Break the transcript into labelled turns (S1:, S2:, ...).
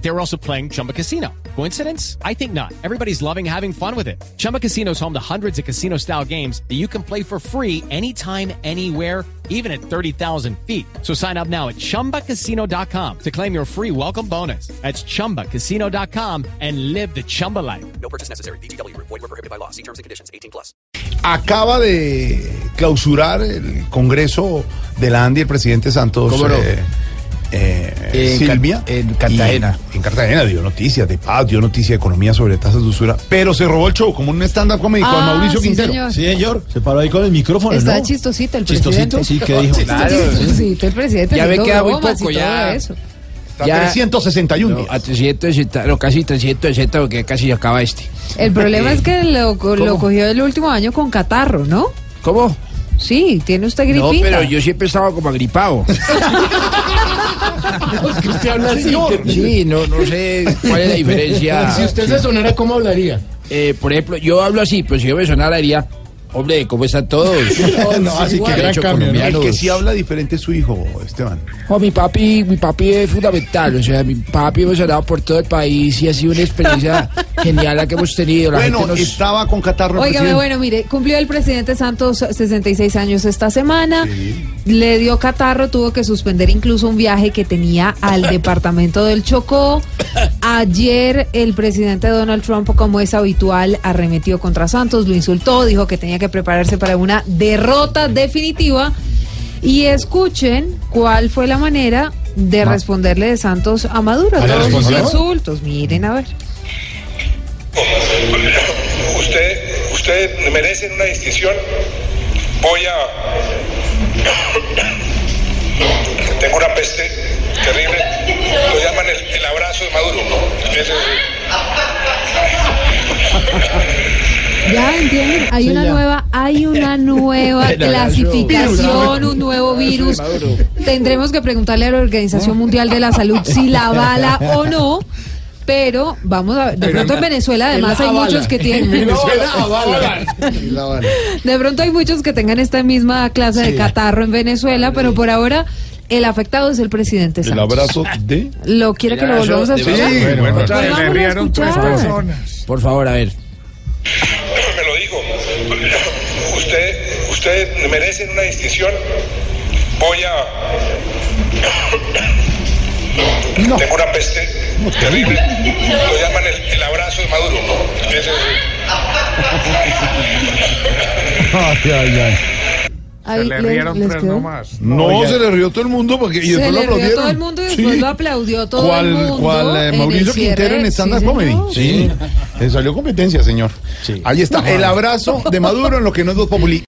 S1: They were also playing Chumba Casino. Coincidence? I think not. Everybody's loving having fun with it. Chumba Casino is home to hundreds of casino style games that you can play for free anytime, anywhere even at 30,000 feet. So sign up now at ChumbaCasino.com to claim your free welcome bonus. That's ChumbaCasino.com and live the Chumba life.
S2: No purchase necessary. BGW. Void were prohibited by law. See terms and conditions. 18 plus.
S3: Acaba de clausurar el Congreso de la ANDI el presidente Santos.
S4: ¿Cómo no?
S3: eh,
S4: En
S3: Silvia.
S4: Ca- en Cartagena.
S3: Y en Cartagena dio noticias de paz, dio noticias de economía sobre tasas de usura, pero se robó el show como un stand-up comedy con
S5: Ah,
S3: Mauricio
S5: sí,
S3: Quintero.
S5: señor.
S4: Sí, señor, se paró ahí con el micrófono.
S5: Está
S4: ¿no?
S5: chistosito el
S4: ¿Chistosito?
S5: presidente.
S4: Sí, ¿qué dijo?
S5: Claro, chistosito el presidente.
S4: Ya ve
S5: haciendo
S4: que da muy
S5: bromas y
S4: poco, ya.
S5: todo eso.
S3: Está
S4: Ya-
S3: 361
S4: No,
S3: días.
S4: a 360, no, casi 360, porque casi acaba este.
S5: El problema es que lo, co- lo
S4: ¿Cómo?
S5: cogió el último año con catarro, ¿no?
S4: ¿Cómo?
S5: Sí, tiene usted
S4: No,
S5: gripita.
S4: pero yo siempre estaba como agripado.
S6: Pues Usted habla así. que-
S4: Sí, no, no sé cuál es la diferencia.
S6: Si usted se sonara, ¿cómo hablaría?
S4: Eh, por ejemplo, yo hablo así, pero si yo me sonara diría, hombre, ¿cómo están todos?
S6: no, así
S4: Igual.
S6: que gran
S4: Derecho
S6: cambio, ¿no?
S4: colombiano.
S3: El que sí habla diferente es su hijo, Esteban.
S4: Oh, mi papi, mi papi es fundamental, o sea, mi papi hemos andado por todo el país y ha sido una experiencia genial la que hemos tenido. La
S3: bueno,
S4: gente nos-
S3: estaba con Catarro. el
S5: Óigame,
S3: presidente.
S5: bueno, mire, cumplió el presidente Santos 66 años esta semana. Le dio catarro, tuvo que suspender incluso un viaje que tenía al departamento del Chocó. Ayer el presidente Donald Trump, como es habitual, arremetió contra Santos, lo insultó, dijo que tenía que prepararse para una derrota definitiva. Y escuchen cuál fue la manera de responderle de Santos a Maduro.
S6: ¿Ah, le
S5: Todos los
S6: respondió?
S5: insultos, miren, a ver.
S7: Usted, usted merecen una distinción. Voy a. Tengo una peste terrible. Lo llaman el, el abrazo de Maduro. Ese es-
S5: Ya entienden, hay una nueva, hay una nueva clasificación, un nuevo virus. Tendremos que preguntarle a la Organización Mundial de la Salud si la avala o no. Pero vamos a ver, de pronto en Venezuela además hay muchos que tienen, de pronto hay muchos que tengan esta misma clase de catarro en Venezuela, pero por ahora el afectado es el presidente
S3: El
S5: Santos.
S3: abrazo de.
S5: Lo quiere que lo
S4: Abrazo
S5: volvamos a
S4: de
S5: escuchar.
S4: Maduro.
S3: bueno,
S5: Pues
S4: otra vez.
S5: vámonos a escuchar.
S4: Por favor, a ver.
S7: Me lo dijo. Usted, usted merecen una distinción. Voy a. Tengo una peste terrible. Lo llaman el, el abrazo de Maduro. Ese es-
S5: Ahí le- les quedó.
S3: No, se le rió todo el mundo porque y
S5: Se
S3: después lo
S5: le rió
S3: aplaudieron.
S5: todo el mundo y después
S3: Sí.
S5: lo aplaudió todo
S3: ¿Cuál,
S5: el mundo.
S3: cuál, eh,
S5: en el
S3: Mauricio
S5: cierre,
S3: Quintero en Stand Up
S5: sí,
S3: Comedy?
S5: señor.
S3: Sí. Le salió competencia, señor. Ahí está. El abrazo de Maduro en lo que no es Dos Populi.